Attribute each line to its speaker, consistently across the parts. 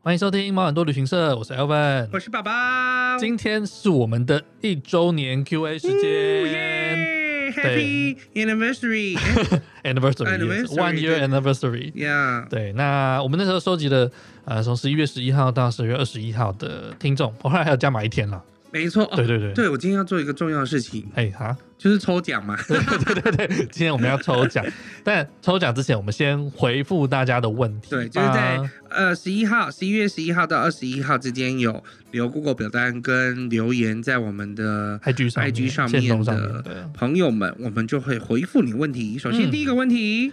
Speaker 1: 欢迎收听猫耳朵旅行社，我是 Elvin，
Speaker 2: 我是爸爸。
Speaker 1: 今天是我们的一周年 Q&A 时
Speaker 2: 哦
Speaker 1: 间
Speaker 2: 耶，Happy Anniversary！
Speaker 1: ，anniversary
Speaker 2: Anniversary，
Speaker 1: yes，one year
Speaker 2: 对
Speaker 1: anniversary。
Speaker 2: 呀，
Speaker 1: 对，那我们那时候收集了，呃，从十一月十一号到十月二十一号的听众，我后来还有加码一天啦。
Speaker 2: 没错。哦
Speaker 1: 对对对，
Speaker 2: 对，我今天要做一个重要的事情，
Speaker 1: 哎哈，
Speaker 2: 就是抽奖嘛。
Speaker 1: 对对对，今天我们要抽奖，但抽奖之前，我们先回复大家的问题吧。
Speaker 2: 对，就是在
Speaker 1: 啊
Speaker 2: 呃十一号，十一月十一号到二十一号之间有留 Google 表单跟留言在我们的
Speaker 1: IG 上面、
Speaker 2: IG 上
Speaker 1: 线动
Speaker 2: 面
Speaker 1: 上
Speaker 2: 的
Speaker 1: 面的。
Speaker 2: 朋友们，我们就会回复你问题。首先
Speaker 1: 嗯
Speaker 2: 第一个问题，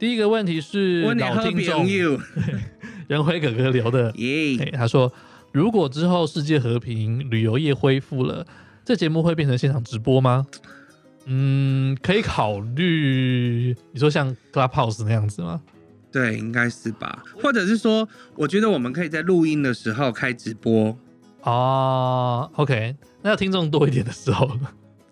Speaker 1: 第一个问题是
Speaker 2: 我
Speaker 1: 老听众
Speaker 2: 朋友，
Speaker 1: 仁辉哥哥留的，哎
Speaker 2: 耶，
Speaker 1: 他说如果之后世界和平、旅游业恢复了，这节目会变成现场直播吗？嗯，可以考虑。你说像 Clubhouse 那样子吗？
Speaker 2: 对，应该是吧？或者是说，我觉得我们可以在录音的时候开直播，
Speaker 1: 哦，OK，那听众多一点的时 候，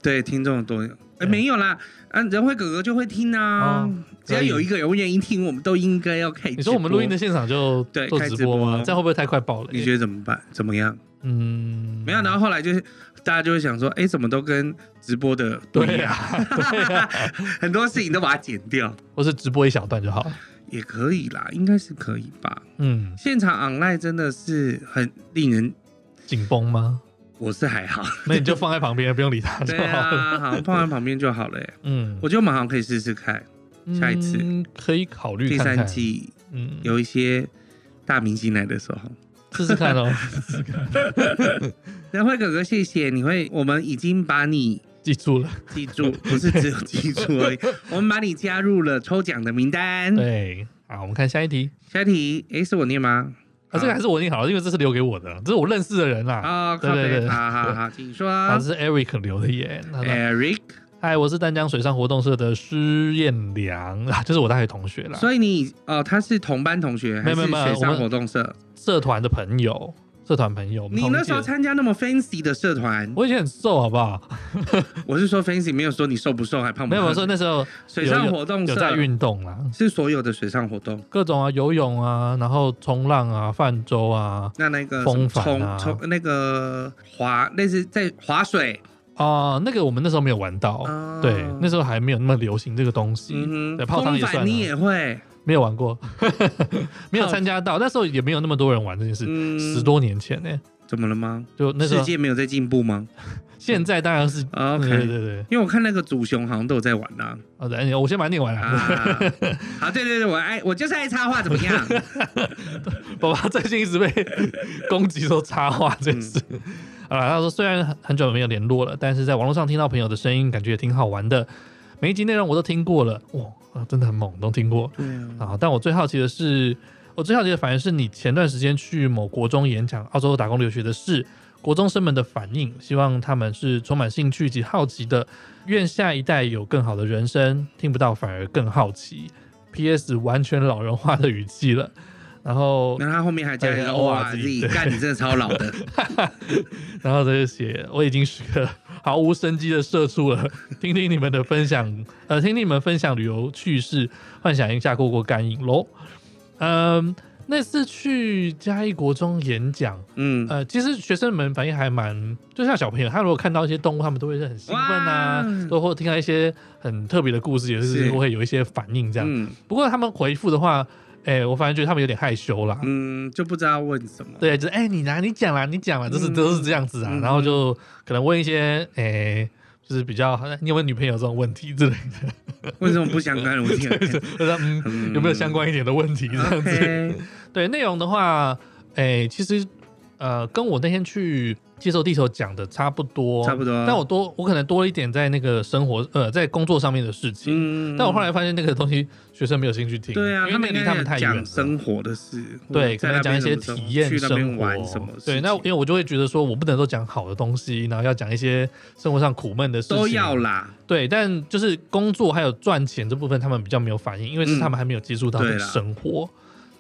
Speaker 2: 对听众多。哎，
Speaker 1: 对
Speaker 2: 没有啦，啊，仁辉哥哥就会听啊
Speaker 1: 哦，
Speaker 2: 只要
Speaker 1: 可以
Speaker 2: 有一个人愿意听，我们都应该要开直播。
Speaker 1: 你说我们录音的，现场就
Speaker 2: 对
Speaker 1: 做
Speaker 2: 开
Speaker 1: 直
Speaker 2: 直
Speaker 1: 播吗？
Speaker 2: 播
Speaker 1: 这样会不会太快爆了？
Speaker 2: 你觉得怎么办？怎么样？
Speaker 1: 嗯，
Speaker 2: 没有，然后后来就是大家就会想说，哎，怎么都跟直播的不一
Speaker 1: 对
Speaker 2: 样，
Speaker 1: 啊， 对啊，
Speaker 2: 很多事情都把它剪掉，
Speaker 1: 或是直播一小段就好了。
Speaker 2: 也可以啦，应该是可以吧？
Speaker 1: 嗯，
Speaker 2: 现场 online 真的是很令人，
Speaker 1: 紧绷吗？
Speaker 2: 我是还好，
Speaker 1: 那你就放在旁边，不用理他 就
Speaker 2: 对
Speaker 1: 好了。
Speaker 2: 啊，好放在旁边就好了耶。
Speaker 1: 嗯，
Speaker 2: 我觉得我们好像可以试试看，下一次
Speaker 1: 嗯可以考虑
Speaker 2: 第
Speaker 1: 看看
Speaker 2: 三，季
Speaker 1: 嗯，
Speaker 2: 有一些大明星来的时候。
Speaker 1: 试试看哦，试试看，
Speaker 2: 仁辉哥哥，谢谢你会，我们已经把你
Speaker 1: 记住了。
Speaker 2: 记住， 不是只有记住而已，我们把你加入了抽奖的名单。
Speaker 1: 对，好，我们看下一题。
Speaker 2: 下一题，诶，是我念吗？
Speaker 1: 啊，这个还是我念好了，因为这是留给我的，这是我认识的人啦。
Speaker 2: 啊，
Speaker 1: 对
Speaker 2: 靠
Speaker 1: 对
Speaker 2: 背，
Speaker 1: 对
Speaker 2: 好好好，请说。
Speaker 1: 他是 Eric 留的耶。他说
Speaker 2: Eric，
Speaker 1: 嗨，我是丹江水上活动社的施彦良 啊，就是我大学同学啦，
Speaker 2: 所以你哦，他是同班同学
Speaker 1: 没
Speaker 2: 还
Speaker 1: 有没
Speaker 2: 是
Speaker 1: 有没有
Speaker 2: 水
Speaker 1: 我
Speaker 2: 上
Speaker 1: 们
Speaker 2: 活动社？
Speaker 1: 社团的朋友，社团朋友。我们
Speaker 2: 你
Speaker 1: 同
Speaker 2: 那时候
Speaker 1: 届
Speaker 2: 参加那么 fancy 的社团，
Speaker 1: 我以前很瘦，好不好？
Speaker 2: 我是说 fancy，没有说你瘦不瘦，还胖不
Speaker 1: 没
Speaker 2: 胖。
Speaker 1: 有，我说那时候
Speaker 2: 哦水上
Speaker 1: 有
Speaker 2: 活动
Speaker 1: 有在
Speaker 2: 社
Speaker 1: 运动啦，
Speaker 2: 是所有的水上活动。
Speaker 1: 各种啊，游泳啊，然后冲浪啊，泛舟啊，
Speaker 2: 那那个
Speaker 1: 风
Speaker 2: 冲
Speaker 1: 帆啊
Speaker 2: 冲冲那个滑，类似在划水。
Speaker 1: 哦、那个我们那时候没有玩到，
Speaker 2: 哦
Speaker 1: 对，那时候还没有那么流行这个东西，
Speaker 2: 嗯
Speaker 1: 对，
Speaker 2: 哼，
Speaker 1: 泡汤
Speaker 2: 风
Speaker 1: 也算
Speaker 2: 帆
Speaker 1: 啊
Speaker 2: 你也会，
Speaker 1: 没有玩 过，没有参加到，那时候也没有那么多人玩这件事，
Speaker 2: 嗯
Speaker 1: 十多年前呢、
Speaker 2: 怎么了吗？
Speaker 1: 就那时
Speaker 2: 世
Speaker 1: 候，
Speaker 2: 界没有在进步吗
Speaker 1: 现在当然是，
Speaker 2: 啊
Speaker 1: 对对
Speaker 2: ？OK，
Speaker 1: 对对，
Speaker 2: 因为我看那个祖雄好像都有在玩 呐。
Speaker 1: 好的，哎我先把它念完了。
Speaker 2: 啊，好，对对对，我爱我就是爱插画，怎么 样？
Speaker 1: 爸爸最近一直 被攻击说插话这件事。
Speaker 2: 嗯
Speaker 1: 好了，他说虽然很很久没有联络了，但是在网络上听到朋友的声音，感觉也挺好玩的。每一集内容我都听过了，哇，啊真的很猛，都听过
Speaker 2: 对啊，
Speaker 1: 啊。但我最好奇的是，我最好奇的反而是你前段时间去某国中演讲澳洲打工留学的事，国中生们的反应，希望他们是充满兴趣及好奇的，愿下一代有更好的人生。听不到反而更好奇。P.S. 完全老人化的语气了。然后
Speaker 2: 那他后面还加了一个
Speaker 1: 哎
Speaker 2: O R
Speaker 1: ORZ
Speaker 2: Z，干你真的超老 的，
Speaker 1: 然后他就写：“我已经是个毫无生机的社畜了，听听你们的分享，呃，听听你们分享旅游趣事，幻想一下过过干瘾喽。”嗯，那次去嘉义国中演讲，
Speaker 2: 嗯，
Speaker 1: 呃，其实学生们反应还蛮，就像小朋友，他如果看到一些动物，他们都会是很兴奋啊
Speaker 2: 哇，
Speaker 1: 都会听到一些很特别的故事，也是
Speaker 2: 是
Speaker 1: 会有一些反应这样。
Speaker 2: 嗯
Speaker 1: 不过他们回复的话，哎、我反而觉得他们有点害羞啦，
Speaker 2: 嗯，就不知道问什么。
Speaker 1: 对，就是哎、你来，你讲啦，你讲啦，就是
Speaker 2: 嗯
Speaker 1: 都是这样子啊。
Speaker 2: 嗯
Speaker 1: 然后就可能问一些，哎、就是比较，你有没有女朋友这种问题之类
Speaker 2: 问什么不相干的问 题？
Speaker 1: 的，或者嗯，
Speaker 2: 嗯
Speaker 1: 有没有相关一点的问题这样子。
Speaker 2: OK，
Speaker 1: 对，内容的话，哎、其实呃，跟我那天去接受地球讲的差不多，
Speaker 2: 差不多啊
Speaker 1: 但我多，我可能多一点在那个生活，呃，在工作上面的事情。
Speaker 2: 嗯
Speaker 1: 但我后来发现那个东西学生没有兴趣听，
Speaker 2: 对啊，
Speaker 1: 因为那
Speaker 2: 应
Speaker 1: 离
Speaker 2: 该
Speaker 1: 他们太远了
Speaker 2: 讲。生活的事，
Speaker 1: 对，可
Speaker 2: 在
Speaker 1: 能
Speaker 2: 那
Speaker 1: 讲一
Speaker 2: 边
Speaker 1: 些
Speaker 2: 什么
Speaker 1: 体验
Speaker 2: 去那边
Speaker 1: 生活
Speaker 2: 玩什么事情，
Speaker 1: 对，那因为我就会觉得说，我不能够讲好的东西，然后要讲一些生活上苦闷的事情。
Speaker 2: 都要啦，
Speaker 1: 对，但就是工作还有赚钱这部分，他们比较没有反应，因为是
Speaker 2: 嗯
Speaker 1: 他们还没有接触到
Speaker 2: 对
Speaker 1: 的
Speaker 2: 啦
Speaker 1: 生活。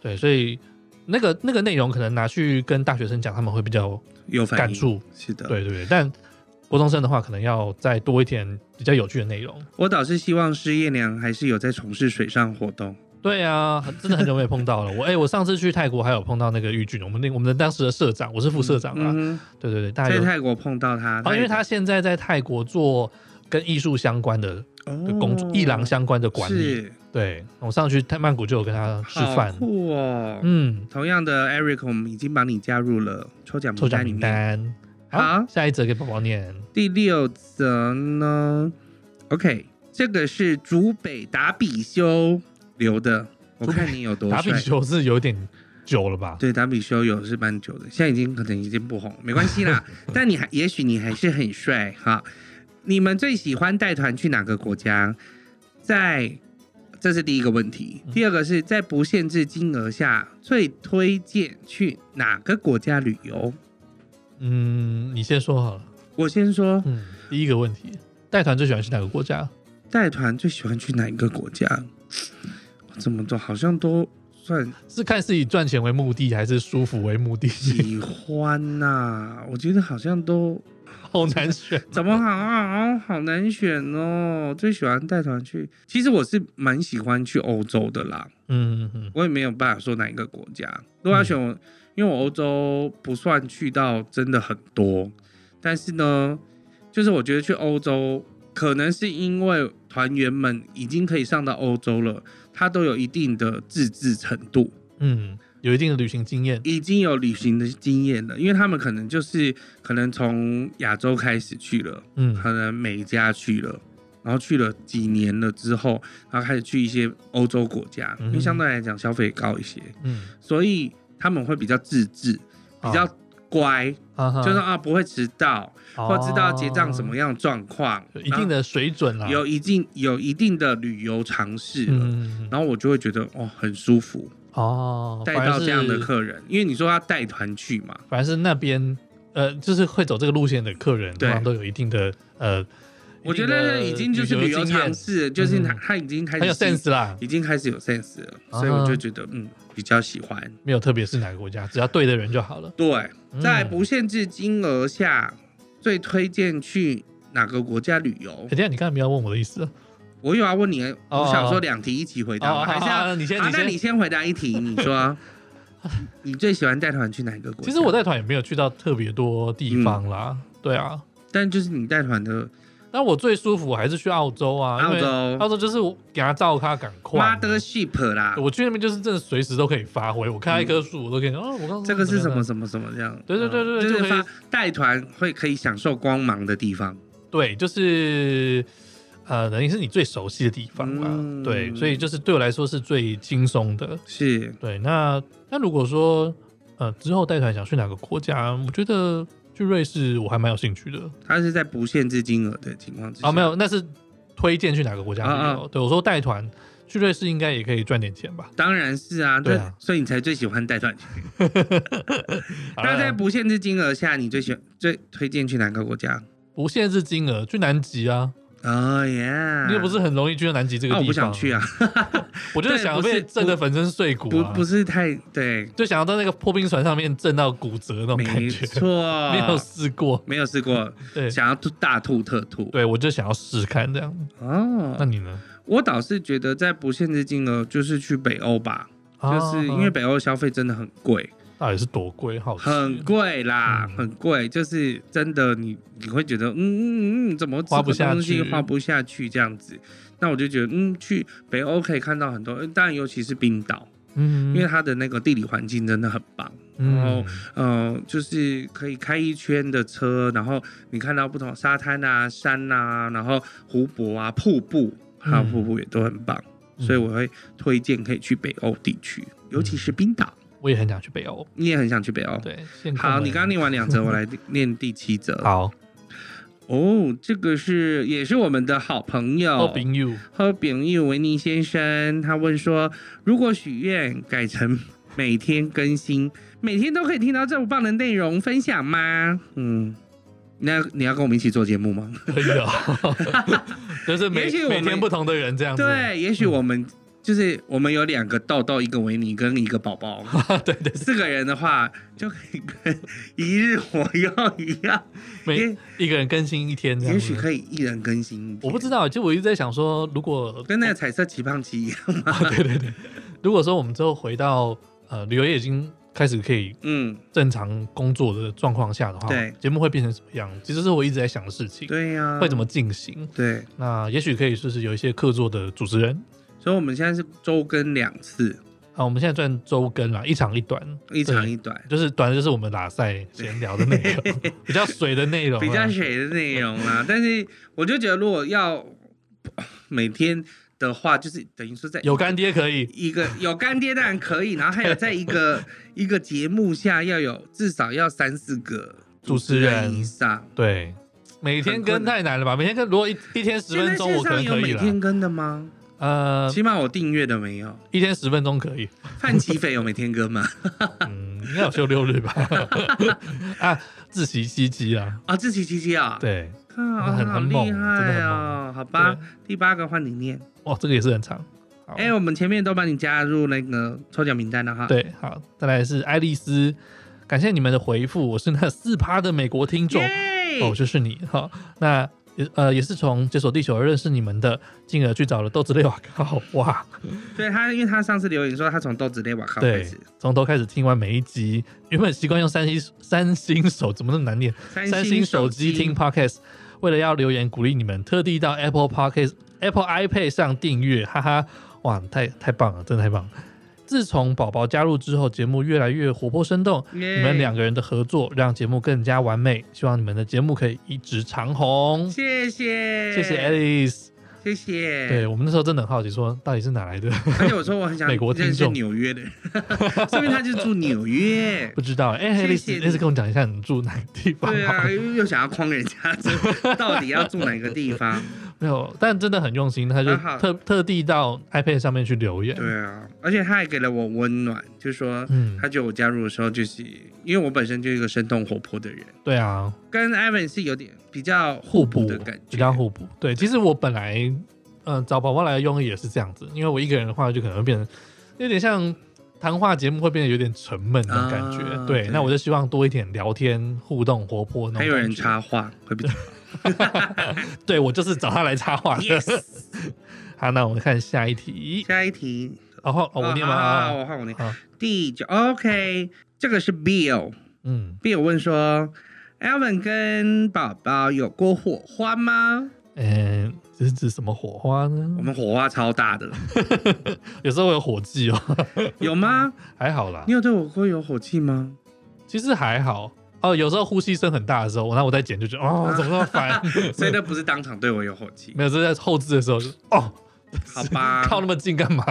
Speaker 1: 对，所以那个那个内容可能拿去跟大学生讲，他们会比较
Speaker 2: 有反应
Speaker 1: 感触。
Speaker 2: 是的，
Speaker 1: 对对对，但国中生的话，可能要再多一点比较有趣的内容。
Speaker 2: 我倒是希望施业良还是有在从事水上活动，
Speaker 1: 对啊，真的很久没碰到了。我哎、我上次去泰国还有碰到那个玉俊，我们那我们的当时的社长，我是副社长啊。
Speaker 2: 嗯
Speaker 1: 对对对，大家
Speaker 2: 哼，在
Speaker 1: 有
Speaker 2: 泰国碰到他，
Speaker 1: 啊，因为他现在在泰国做跟艺术相关的的工作，艺廊、相关的管理。
Speaker 2: 哦嗯是
Speaker 1: 对，我上去泰曼谷就有跟他吃
Speaker 2: 好
Speaker 1: 饭。
Speaker 2: 酷哦。
Speaker 1: 嗯，
Speaker 2: 同样的，Eric，我们已经帮你加入了抽奖
Speaker 1: 抽
Speaker 2: 名
Speaker 1: 奖
Speaker 2: 单里
Speaker 1: 名
Speaker 2: 面。
Speaker 1: 单。
Speaker 2: 好
Speaker 1: 下一则给宝宝念。
Speaker 2: 第六则呢，OK，这个是竹北达比修留的，我
Speaker 1: 竹北
Speaker 2: 看你有多
Speaker 1: 打比
Speaker 2: 帅。
Speaker 1: 球是有点久了吧？
Speaker 2: 对，达比修有是蛮久的，现在已经可能已经不红，没关系啦。但你还，也许你还是很帅哈。你们最喜欢带团去哪个国家？在，这是第一个问题。第二个是在不限制金额下，最推荐去哪个国家旅游？
Speaker 1: 嗯，你先说好了。
Speaker 2: 我先说，
Speaker 1: 嗯，第一个问题，带团最喜欢去哪个国家？
Speaker 2: 带团最喜欢去哪一个国家？我怎么都好像都算
Speaker 1: 是看是以赚钱为目的，还是舒服为目的？
Speaker 2: 喜欢呐、我觉得好像都
Speaker 1: 好难 选。
Speaker 2: 怎么好啊？好难选哦。最喜欢带团去，其实我是蛮喜欢去欧洲的啦。
Speaker 1: 嗯嗯嗯，
Speaker 2: 我也没有办法说哪一个国家。如果要选我，因为我欧洲不算去到真的很多，但是呢，就是我觉得去欧洲，可能是因为团员们已经可以上到欧洲了，他都有一定的自制程度，
Speaker 1: 嗯，有一定的旅行经验。
Speaker 2: 已经有旅行的经验了。因为他们可能就是可能从亚洲开始去了，
Speaker 1: 嗯
Speaker 2: 可能美加去了。然后去了几年了之后，然后开始去一些欧洲国家，因为
Speaker 1: 嗯
Speaker 2: 相对来讲消费高一些。
Speaker 1: 嗯，
Speaker 2: 所以他们会比较自制，比较乖，
Speaker 1: 啊哈
Speaker 2: 就是啊不会迟到，或知道结账什么
Speaker 1: 样，
Speaker 2: 样的状况，
Speaker 1: 哦有一定的水准啦。
Speaker 2: 然后有一定有一定的旅游常识了。
Speaker 1: 嗯，嗯嗯
Speaker 2: 然后我就会觉得哦很舒服，
Speaker 1: 哦，
Speaker 2: 带
Speaker 1: 反而
Speaker 2: 到这样的
Speaker 1: 是，
Speaker 2: 客人，因为你说要带团去嘛，
Speaker 1: 反而是那边呃，就是会走这个路线的客人，
Speaker 2: 对
Speaker 1: 通常都有一定的呃，
Speaker 2: 我觉得
Speaker 1: 一定的
Speaker 2: 已经就是旅游
Speaker 1: 经验
Speaker 2: 常识了，就是他
Speaker 1: 嗯
Speaker 2: 他已经开始
Speaker 1: 很有 sense 啦，
Speaker 2: 已经开始有 sense 了，
Speaker 1: 啊哈
Speaker 2: 所以我就觉得嗯比较喜欢。
Speaker 1: 没有特别是哪个国家，只要对的人就好了。
Speaker 2: 对，在
Speaker 1: 嗯
Speaker 2: 不限制金额下，最推荐去哪个国家旅游
Speaker 1: 哎？等一下你刚才没有问我的意思啊
Speaker 2: 我有要问你，
Speaker 1: 哦
Speaker 2: 我想说两题一起回答
Speaker 1: 哦，
Speaker 2: 吗，还是
Speaker 1: 好好
Speaker 2: 要？
Speaker 1: 好你先，
Speaker 2: 好，那
Speaker 1: 先
Speaker 2: 你。先回答一题，你 说，你最喜欢带团去哪个国家？
Speaker 1: 其实我，带团也没有去到特别多
Speaker 2: 嗯
Speaker 1: 地方啦，对啊。
Speaker 2: 但就是你带团的，
Speaker 1: 但我最舒服还是去澳洲啊，因为
Speaker 2: 澳洲
Speaker 1: 澳洲就是我给他照咖赶快嘛。
Speaker 2: 妈的 sheep 啦，
Speaker 1: 我去那边就是真的随时都可以发挥，我看到一棵树，我都可以哦，我刚刚
Speaker 2: 嗯这个是什
Speaker 1: 怎
Speaker 2: 么
Speaker 1: 样？
Speaker 2: 什么什么这样？
Speaker 1: 对对对
Speaker 2: 嗯
Speaker 1: 对对
Speaker 2: 就是
Speaker 1: 就可以
Speaker 2: 发带团会可以享受光芒的地方。
Speaker 1: 对，就是呃，等于是你最熟悉的地方吧。
Speaker 2: 嗯
Speaker 1: 对，所以就是对我来说是最轻松的。
Speaker 2: 是，
Speaker 1: 对，那那如果说呃之后带团想去哪个国家，我觉得去瑞士我还蛮有兴趣的
Speaker 2: 它是在不限制金额的情况之下。
Speaker 1: 啊，没有，那是推荐去哪个国家旅
Speaker 2: 啊
Speaker 1: 游？对我说带团去瑞士应该也可以赚点钱吧？
Speaker 2: 当然是啊，
Speaker 1: 对
Speaker 2: 对
Speaker 1: 啊，
Speaker 2: 所以你才最喜欢带团去。
Speaker 1: 好
Speaker 2: 那
Speaker 1: 啦
Speaker 2: 在不限制金额下，你最喜最推荐去哪个国家？
Speaker 1: 不限制金额去南极啊，
Speaker 2: 哦耶，
Speaker 1: 你又不是很容易去到南极这个
Speaker 2: 啊，
Speaker 1: 地
Speaker 2: 我
Speaker 1: 方。
Speaker 2: 不想去啊，
Speaker 1: 我就是
Speaker 2: 对
Speaker 1: 想
Speaker 2: 不是
Speaker 1: 被震得粉身碎骨、
Speaker 2: 不
Speaker 1: 啊，
Speaker 2: 不是太对，
Speaker 1: 就想要在那个破冰船上面震到骨折那种感
Speaker 2: 没
Speaker 1: 觉，，
Speaker 2: 错
Speaker 1: 没有试过。
Speaker 2: 没有试过，
Speaker 1: 对
Speaker 2: 想要吐大吐特吐。
Speaker 1: 对，我就想要试试看这样。那
Speaker 2: 哦，
Speaker 1: 你呢？
Speaker 2: 我倒是觉得在不限制金额，就是去北欧吧，
Speaker 1: 啊
Speaker 2: 就是因为北欧消费真的很贵，
Speaker 1: 到底是多贵，好奇
Speaker 2: 很贵啦，
Speaker 1: 嗯
Speaker 2: 很贵，就是真的你你会觉得嗯嗯嗯，怎么
Speaker 1: 花不
Speaker 2: 这个
Speaker 1: 下
Speaker 2: 东西
Speaker 1: 去
Speaker 2: 花不下去这样子。那我就觉得嗯，去北欧可以看到很多，呃当然尤其是冰岛，
Speaker 1: 嗯，
Speaker 2: 因为它的那个地理环境真的很棒。
Speaker 1: 嗯
Speaker 2: 嗯、就是可以开一圈的车，然后你看到不同沙滩啊、山啊，然后湖泊啊、瀑布，还有
Speaker 1: 嗯
Speaker 2: 瀑布也都很棒，
Speaker 1: 嗯
Speaker 2: 所以我会推荐可以去北欧地区，尤其是
Speaker 1: 嗯
Speaker 2: 冰岛。
Speaker 1: 我也很想去北欧。
Speaker 2: 你也很想去北欧。
Speaker 1: 对，现
Speaker 2: 好，
Speaker 1: 空
Speaker 2: 你
Speaker 1: 了
Speaker 2: 刚刚念完两则，我来念第七则。
Speaker 1: 好
Speaker 2: 哦，这个是也是我们的好朋友。
Speaker 1: o p i n you
Speaker 2: 喝饼玉维尼先生，他问说，如果许愿改成每天更新，每天都可以听到这么棒的内容分享吗？嗯，那你要跟我们一起做节目吗？
Speaker 1: 可以哦，就是每
Speaker 2: 也许我
Speaker 1: 每
Speaker 2: 们
Speaker 1: 天不同的人这样子。
Speaker 2: 对，也许我们就是我们有两个豆豆，一个维尼跟一个宝 宝，
Speaker 1: 对对，
Speaker 2: 四个人的话就可以跟一日火药一 样，
Speaker 1: 每一个人更新一天这样
Speaker 2: 也
Speaker 1: 子，
Speaker 2: 许可以一人更新一
Speaker 1: 我不
Speaker 2: 天
Speaker 1: 知道，就我一直在想说，如果
Speaker 2: 跟那个彩色奇胖奇一样。
Speaker 1: 对对对，如果说我们之后回到呃旅游业已经开始可以
Speaker 2: 嗯，
Speaker 1: 正常工作的状况下的话，
Speaker 2: 对
Speaker 1: 节目会变成什么样？其实是我一直在想的事情，
Speaker 2: 对啊呀、
Speaker 1: 会怎么进行？
Speaker 2: 对？
Speaker 1: 那也许可以就是有一些客座的主持人
Speaker 2: 所以我们现在是周更两次，
Speaker 1: 啊，我们现在算周更啦，一长一短，
Speaker 2: 一长一短。
Speaker 1: 就是短的就是我们拉赛闲聊的内 容，比较水的内容啊，
Speaker 2: 比较水的内容 啦。但是我就觉得，如果要每天的话，就是等于说在
Speaker 1: 有干爹可以，
Speaker 2: 一 个有干爹当然可以，然后还有在一个一个节目下要有至少要三四个
Speaker 1: 主持人
Speaker 2: 以上。
Speaker 1: 对，每天
Speaker 2: 很
Speaker 1: 更
Speaker 2: 困难
Speaker 1: 太难了吧？每天更如果一一天十
Speaker 2: 现在
Speaker 1: 分钟，
Speaker 2: 线
Speaker 1: 我可
Speaker 2: 上
Speaker 1: 能
Speaker 2: 有
Speaker 1: 可以
Speaker 2: 每
Speaker 1: 了，
Speaker 2: 天更的吗？
Speaker 1: 呃，
Speaker 2: 起码我订阅的 没有。
Speaker 1: 一天十分钟可以，
Speaker 2: 范奇斐有每天更 吗？
Speaker 1: 嗯，应该有休六日 吧？啊，自习七七啊，
Speaker 2: 啊、哦，志奇七七啊，
Speaker 1: 对，
Speaker 2: 啊，
Speaker 1: 很
Speaker 2: 好
Speaker 1: 很猛
Speaker 2: 厉
Speaker 1: 真的
Speaker 2: 害
Speaker 1: 很
Speaker 2: 哦！好
Speaker 1: 对
Speaker 2: 吧，第八个换你念。
Speaker 1: 哇，这个也是很长。好
Speaker 2: 哎、我们前面都帮你加入那个抽奖名单了哈。
Speaker 1: 对，好，再来是爱丽丝，感谢你们的回复，我是那 四趴的美国听众，
Speaker 2: 耶，
Speaker 1: 哦，就是你，好，那。也呃，也是从解锁地球而认识你们的，进而去找了豆子类瓦靠， 哇，
Speaker 2: 对他，因为他上次留言说他从豆子类瓦靠开
Speaker 1: 对
Speaker 2: 始，，
Speaker 1: 从头开始听完每一集。原本习惯用三星三星手，怎么那么难念？三星手机听 Podcast，为了要留言鼓励你们，特地到 Apple Podcast、Apple iPad 上订阅，哈哈，哇，太太棒了，真的太棒了！自从宝宝加入之后，节目越来越活泼生动，
Speaker 2: 耶，
Speaker 1: 你们两个人的合作让节目更加完美，希望你们的节目可以一直长红。
Speaker 2: 谢谢，
Speaker 1: 谢谢 Alice，
Speaker 2: 谢谢。
Speaker 1: 对，我们那时候真的很好奇，说到底是哪来的？
Speaker 2: 而且我说我很想
Speaker 1: 美国听
Speaker 2: 认识
Speaker 1: 众
Speaker 2: 纽约 的人，说明他就住纽约啊
Speaker 1: 不。知道。哎、a l i c
Speaker 2: 谢谢
Speaker 1: e
Speaker 2: 你
Speaker 1: a l i c e 跟我讲一下你住哪个地方
Speaker 2: 对
Speaker 1: 好吗
Speaker 2: 啊，又又想要诓人家，这到底要住哪个地方？
Speaker 1: 没有，但真的很用心，他就
Speaker 2: 很好
Speaker 1: 特特地到 iPad 上面去留言。
Speaker 2: 对啊，而且他还给了我温暖，就说
Speaker 1: 嗯
Speaker 2: 他觉得我加入的时候，就是因为我本身就是一个生动活泼的人，
Speaker 1: 对啊，
Speaker 2: 跟 Ivan 是有点比较
Speaker 1: 互补
Speaker 2: 的感觉，
Speaker 1: 比较互补。对，其实我本来嗯、呃找宝宝来的用意也是这样子，因为我一个人的话就可能会变成有点像谈话节目会变得有点沉闷那种感觉。
Speaker 2: 啊
Speaker 1: 对，
Speaker 2: 对
Speaker 1: 那我就希望多一点聊天互动活泼那种。
Speaker 2: 还有人，插话会比较
Speaker 1: 对我就是找他来插话 的。
Speaker 2: yes。
Speaker 1: 好，那我们看下一题。
Speaker 2: 下一题，
Speaker 1: 然后、哦、我念吗？
Speaker 2: 啊，好
Speaker 1: 啊
Speaker 2: 我换我念
Speaker 1: 好。
Speaker 2: 第九，OK，这个是 Bill。
Speaker 1: 嗯，
Speaker 2: Bill 问说，Alvin 跟宝宝有过火花吗？
Speaker 1: 嗯、这是指什么火花呢
Speaker 2: 我？们火花超 大的，
Speaker 1: 有时候会有火气哦，
Speaker 2: 有吗？
Speaker 1: 还好啦
Speaker 2: 你，有对我过有火气吗？
Speaker 1: 其实还好。哦，有时候呼吸声很大的时候，我那我在剪就觉得哦，怎么那么烦？
Speaker 2: 所以那不是当场对我有火 气，
Speaker 1: 没有，这是在后置的时候就哦，
Speaker 2: 好吧？
Speaker 1: 靠那么近干嘛？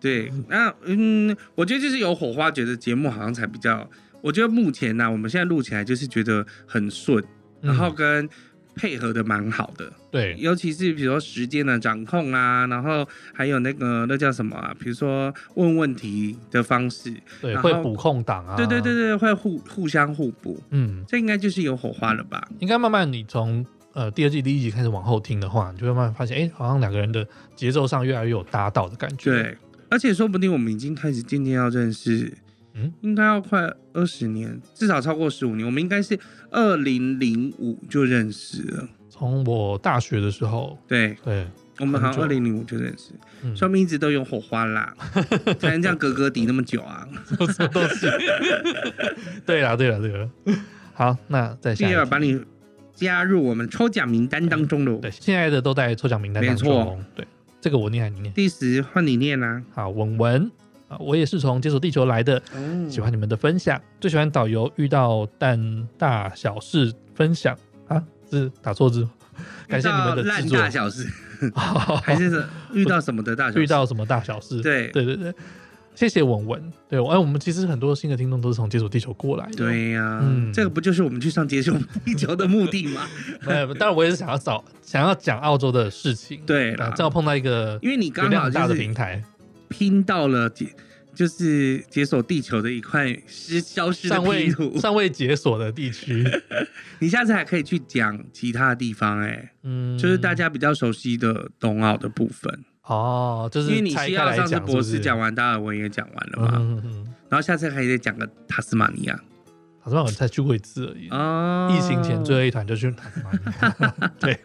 Speaker 2: 对，那嗯，我觉得就是有火花，觉得节目好像才比较。我觉得目前呢、我们现在录起来就是觉得很顺，然后
Speaker 1: 嗯
Speaker 2: 跟配合的蛮好的。
Speaker 1: 对，
Speaker 2: 尤其是比如说时间的掌控啊，然后还有那个那叫什么啊？比如说问问题的方式，
Speaker 1: 对，
Speaker 2: 然后
Speaker 1: 会补空档啊，
Speaker 2: 对对对，对，会互互相互补，
Speaker 1: 嗯，
Speaker 2: 这应该就是有火花了吧？
Speaker 1: 应该慢慢你从呃第二季第一集开始往后听的话，你就会慢慢发现，哎、好像两个人的节奏上越来越有搭到的感觉。，
Speaker 2: 对，而且说不定我们已经开始渐渐要认识，
Speaker 1: 嗯
Speaker 2: 应该要快二十年，至少超过十五年，我们应该是二零零五就认识了。
Speaker 1: 从我大学的时候，
Speaker 2: 对，
Speaker 1: 对，
Speaker 2: 我们好像二
Speaker 1: 很久
Speaker 2: 零零五就认识，
Speaker 1: 嗯，
Speaker 2: 说
Speaker 1: 什
Speaker 2: 明一直都有火 花啦，才能这样格格抵那么久啊。
Speaker 1: 么东西？ 对啦，对啦，对啦。好，那再下
Speaker 2: 第二，
Speaker 1: 一
Speaker 2: 把
Speaker 1: 题。
Speaker 2: 你加入我们抽奖名单当中喽
Speaker 1: 对，。现在的都在抽奖名单当中哦。对，这个我念还是你念。
Speaker 2: 第十换你念啦、
Speaker 1: 好，文文啊，我也是从解锁地球来的，
Speaker 2: 哦
Speaker 1: 喜欢你们的分享，最喜欢导游遇到但大小事分享啊，是打错字，感谢你们的
Speaker 2: 遇到
Speaker 1: 制
Speaker 2: 烂
Speaker 1: 作
Speaker 2: 大。小事，
Speaker 1: 好
Speaker 2: 还是遇到什么的大小事？
Speaker 1: 遇到什么大小事？
Speaker 2: 对
Speaker 1: 对对对，谢谢文文。对，哎，我们其实很多新的听众都是从解锁地球过来的。，
Speaker 2: 对呀、
Speaker 1: 嗯
Speaker 2: 这个不就是我们去上解球地球的目 的吗？
Speaker 1: 呃，当然我也是想要找想要讲澳洲的事情。
Speaker 2: 对
Speaker 1: 啊
Speaker 2: 啦
Speaker 1: 正好碰到一个
Speaker 2: 因为你
Speaker 1: 流
Speaker 2: 刚
Speaker 1: 量
Speaker 2: 好
Speaker 1: 很大
Speaker 2: 就
Speaker 1: 的平
Speaker 2: 是
Speaker 1: 台，
Speaker 2: 拼到了解，就是解锁地球的一块失消失的
Speaker 1: 尚未
Speaker 2: 拼图。
Speaker 1: 尚未解锁的地区，
Speaker 2: 你下次还可以去讲其他地方、哎、
Speaker 1: 嗯，
Speaker 2: 就是大家比较熟悉的冬奥的部分。
Speaker 1: 哦，就是
Speaker 2: 因为你
Speaker 1: 拆
Speaker 2: 西
Speaker 1: 开
Speaker 2: 澳
Speaker 1: 来
Speaker 2: 上次
Speaker 1: 讲，
Speaker 2: 博士
Speaker 1: 讲
Speaker 2: 讲完，达尔文也讲完了
Speaker 1: 嗯
Speaker 2: 嘛，
Speaker 1: 嗯嗯，
Speaker 2: 然后下次还得讲个塔斯马尼亚
Speaker 1: 塔斯马尼亚才去过一次而已。
Speaker 2: 哦
Speaker 1: 疫情前最后一团就去塔斯马尼 亚。对，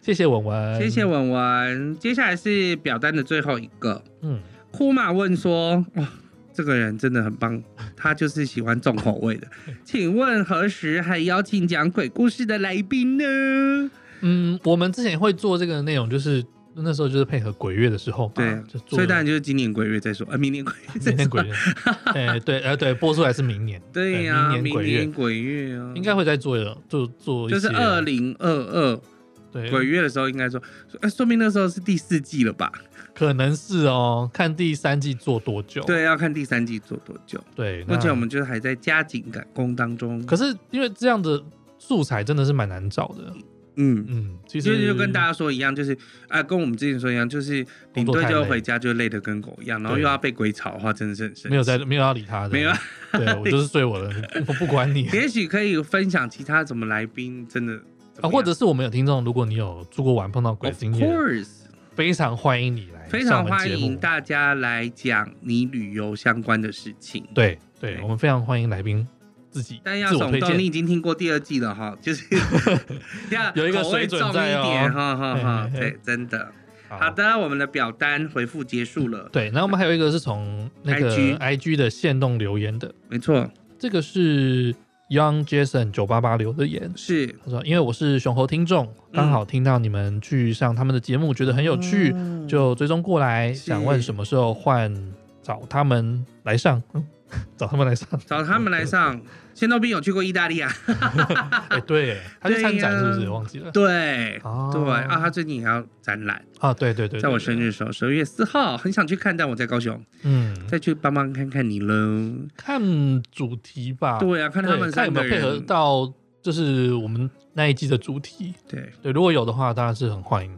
Speaker 1: 谢谢文文，
Speaker 2: 谢谢。文文，接下来是表单的最后一个。
Speaker 1: 嗯，
Speaker 2: 库玛问说：“哇，这个人真的很棒，他就是喜欢重口味 的。请问何时还邀请讲鬼故事的来宾呢？
Speaker 1: 嗯，我们之前会做这个内容，就是那时候就是配合鬼月的时候嘛，
Speaker 2: 对啊
Speaker 1: 啊就，做
Speaker 2: 所以当然就是今年鬼月再说，呃，明年鬼月再
Speaker 1: 明年
Speaker 2: 说。
Speaker 1: 鬼月，哎对，哎对，播出来是明年，
Speaker 2: 对呀、
Speaker 1: 明年
Speaker 2: 明
Speaker 1: 鬼月
Speaker 2: 年鬼月啊，
Speaker 1: 应该会再做一个做做一
Speaker 2: 就是
Speaker 1: 些
Speaker 2: 二零二二
Speaker 1: 对
Speaker 2: 鬼月的时候，应该说，呃说明那时候是第四季了吧？
Speaker 1: 可能是哦，看第三季做多久，
Speaker 2: 对，要看第三季做多久。
Speaker 1: 对，哦那
Speaker 2: 目前我们就是还在加紧赶工当中。
Speaker 1: 可是因为这样的素材真的是蛮难找的，
Speaker 2: 嗯，
Speaker 1: 嗯，其
Speaker 2: 就
Speaker 1: 实
Speaker 2: 是就跟大家说一样，就是啊、跟我们之前说一样，就是领队就回家就累得跟狗一样，然后又要被鬼吵的话，真的是很生气
Speaker 1: 没有在。没有要理他的，
Speaker 2: 没有，啊
Speaker 1: 对我就是 睡我的，我不管你
Speaker 2: 也许可以分享其他什么来宾真的怎
Speaker 1: 啊，
Speaker 2: 么 样
Speaker 1: 或者是我们有听众，如果你有出国玩碰到鬼
Speaker 2: Of
Speaker 1: 经验，哎
Speaker 2: course，
Speaker 1: 非常欢迎你来，
Speaker 2: 非常欢迎。大家来讲你旅游相关的事情。
Speaker 1: 对对，
Speaker 2: 对
Speaker 1: 我们非常欢迎来宾自己
Speaker 2: 但要
Speaker 1: 自我
Speaker 2: 耸
Speaker 1: 推
Speaker 2: 动，你
Speaker 1: 荐。
Speaker 2: 已经听过第二季了哈，就是 要
Speaker 1: 有一个
Speaker 2: 口味
Speaker 1: 水准
Speaker 2: 重一
Speaker 1: 在哦
Speaker 2: 点哈哈哈。
Speaker 1: 嘿嘿嘿
Speaker 2: 对，真的。好，的，我们的表单回复结束了，
Speaker 1: 对，然后我们还有一个是从那个
Speaker 2: IG
Speaker 1: IG 的线动留言的，
Speaker 2: 没错，
Speaker 1: 这个是 Young Jason 九八八留的言，
Speaker 2: 是
Speaker 1: 他说：“因为我是熊猴听众，刚好听到你们去上他们的节目，觉得很有趣，
Speaker 2: 嗯
Speaker 1: 就追踪过来，想问什么时候换找他们来上，嗯 找他们来上。
Speaker 2: 找他们来上。仙豆兵有去过意大 利啊？
Speaker 1: 哎、对耶，他去参展是不是？
Speaker 2: 对呀
Speaker 1: 忘记了。
Speaker 2: 对，
Speaker 1: 哦
Speaker 2: 对啊，他最近也要展览，
Speaker 1: 啊，对对对，对
Speaker 2: 在我生日，的时候，十二月四号，很想去看，但我在高雄，
Speaker 1: 嗯，
Speaker 2: 再去帮忙看看你喽。
Speaker 1: 看主题吧，
Speaker 2: 对啊，看他
Speaker 1: 对
Speaker 2: 们
Speaker 1: 看有
Speaker 2: 三
Speaker 1: 没
Speaker 2: 个
Speaker 1: 有配合
Speaker 2: 人，
Speaker 1: 到，就是我们那一季的主题。
Speaker 2: 对，
Speaker 1: 对，如果有的话，当然是很欢迎。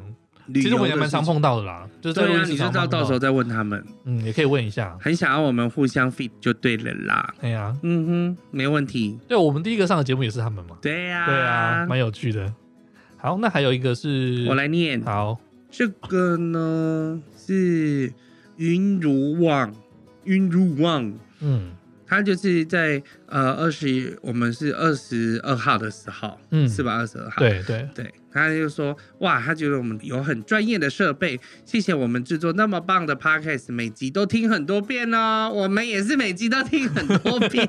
Speaker 2: 旅
Speaker 1: 其实
Speaker 2: 游
Speaker 1: 我
Speaker 2: 的
Speaker 1: 也蛮常
Speaker 2: 事情。
Speaker 1: 碰到的啦，就是在录
Speaker 2: 对
Speaker 1: 音
Speaker 2: 啊，
Speaker 1: 室
Speaker 2: 你就
Speaker 1: 常
Speaker 2: 知道
Speaker 1: 碰到
Speaker 2: 到时候再问他们，
Speaker 1: 嗯，也可以问一下。
Speaker 2: 很想要我们互相 fit 就对了啦。
Speaker 1: 哎呀、
Speaker 2: 嗯哼，没问题。
Speaker 1: 对，我们第一个上的节目也是他们嘛。
Speaker 2: 对呀、
Speaker 1: 对啊，蛮有趣的。好，那还有一个是，
Speaker 2: 我来念
Speaker 1: 好，
Speaker 2: 这个呢，是云如望，云如望
Speaker 1: 嗯
Speaker 2: 他就是在呃二十，我们是二十二号的时候，
Speaker 1: 嗯
Speaker 2: 嗯，是吧？二十二号，
Speaker 1: 对对，
Speaker 2: 对，他就说哇，他觉得我们有很专业的设备，谢谢我们制作那么棒的 podcast，每集都听很多遍哦，我们也是每集都听很多 遍，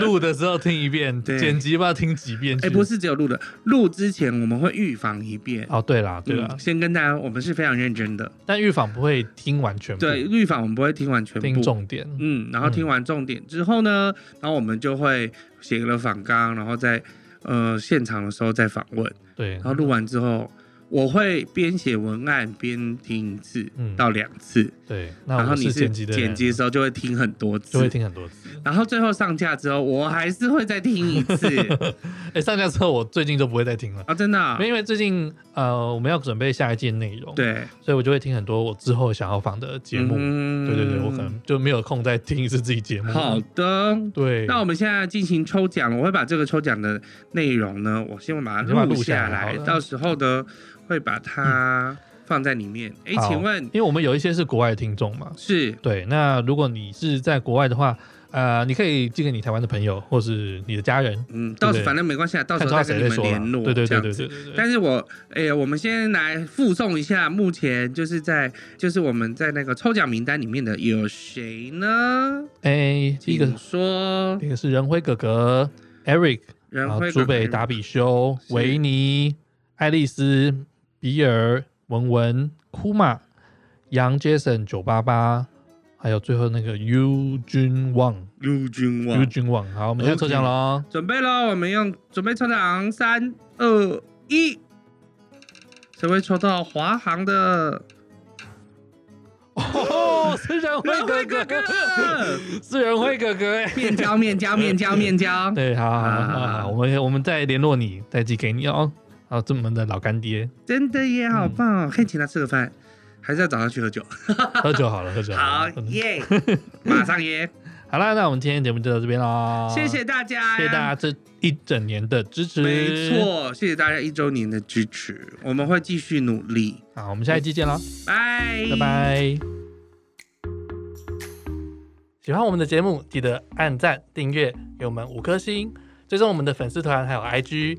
Speaker 1: 录的时候听一遍，
Speaker 2: 对
Speaker 1: 剪辑吧听几遍。
Speaker 2: 哎，不，是只有录的，录之前我们会预防一遍。
Speaker 1: 哦，对啦对啦
Speaker 2: 嗯，，先跟大家，我们是非常认真的。
Speaker 1: 但预防不会听完全部，
Speaker 2: 对，预防我们不会听完全
Speaker 1: 听
Speaker 2: 部，
Speaker 1: 重点。
Speaker 2: 嗯，然后听完重点之后呢，然后我们就会写了访纲，然后在呃现场的时候再访问，
Speaker 1: 对
Speaker 2: 然，后录完之后，我会边写文案边听一次、
Speaker 1: 嗯
Speaker 2: 到两次，
Speaker 1: 对，那
Speaker 2: 然后
Speaker 1: 我
Speaker 2: 你
Speaker 1: 是剪辑的人
Speaker 2: 剪辑的时候就会听很多
Speaker 1: 就会
Speaker 2: 次。
Speaker 1: 听很多次。
Speaker 2: 然后最后上架之后，我还是会再听一 次
Speaker 1: 哎，上架之后我最近就不会再听了。
Speaker 2: 啊，真的啊、
Speaker 1: 因为最近呃我们要准备下一季的内容，，
Speaker 2: 对
Speaker 1: 所以我就会听很多我之后想要放的节目。
Speaker 2: 嗯
Speaker 1: 对对对，我可能就没有空再听一次自己节目。
Speaker 2: 好的。
Speaker 1: 对，
Speaker 2: 那我们现在进行抽奖了，我会把这个抽奖的内容呢，我先把它
Speaker 1: 你把它录
Speaker 2: 录
Speaker 1: 下
Speaker 2: 下
Speaker 1: 来
Speaker 2: 来
Speaker 1: 好，了
Speaker 2: 到时候呢会把它放在里面。哎、
Speaker 1: 嗯好
Speaker 2: 请问
Speaker 1: 因为我们有一些是国外的听众嘛，
Speaker 2: 是
Speaker 1: 对，那如果你是在国外的话，呃，你可以寄给你台湾的朋友或是你的家人，
Speaker 2: 嗯，到时
Speaker 1: 对对
Speaker 2: 反正没关系啊，到时
Speaker 1: 看
Speaker 2: 候
Speaker 1: 抽到
Speaker 2: 再跟
Speaker 1: 谁再
Speaker 2: 你们
Speaker 1: 说啦
Speaker 2: 联络，
Speaker 1: 对对
Speaker 2: 这
Speaker 1: 对
Speaker 2: 样
Speaker 1: 对
Speaker 2: 子
Speaker 1: 对对对。
Speaker 2: 但是我，哎、我们先来附送一下，目前就是在，就是我们在那个抽奖名单里面的有谁呢？
Speaker 1: 哎，第一个
Speaker 2: 请说
Speaker 1: 第一个是仁辉哥哥 Eric，然
Speaker 2: 人
Speaker 1: 后
Speaker 2: 会
Speaker 1: 朱北达比修、
Speaker 2: 是
Speaker 1: 维尼、爱丽丝、比尔、文文、库玛、杨 Jason 九八八，还有最后那个 U 君旺
Speaker 2: 陆君
Speaker 1: U
Speaker 2: 王，
Speaker 1: 君旺。好，我们现在抽奖喽！
Speaker 2: 准备喽，我们用准备抽奖，三二一，谁会抽到华航的？
Speaker 1: 哦，是仁辉哥哥， 是仁辉哥哥哎。
Speaker 2: 面交面交面交面交，
Speaker 1: 对，好好好好
Speaker 2: 啊
Speaker 1: 好，我们我们再联络你，再寄给你哦。好，这我们的老干爹，
Speaker 2: 真的耶，好
Speaker 1: 嗯
Speaker 2: 棒哦！可以请他吃个饭，还是要找他去喝酒？
Speaker 1: 喝酒好了，喝酒
Speaker 2: 好
Speaker 1: 了。嗯
Speaker 2: 耶，马上耶！
Speaker 1: 好啦，那我们今天节目就到这边啦，
Speaker 3: 谢谢大家，
Speaker 1: 啊谢谢大家这一整年的支持，
Speaker 3: 没，错，谢谢大家一周年的支持，我们会继续努力，
Speaker 1: 好，我们下一期见啦，
Speaker 3: 拜
Speaker 1: 拜。拜。喜欢我们的节目，记得按赞、订阅，给我们五颗星，追踪我们的粉丝团还有 IG，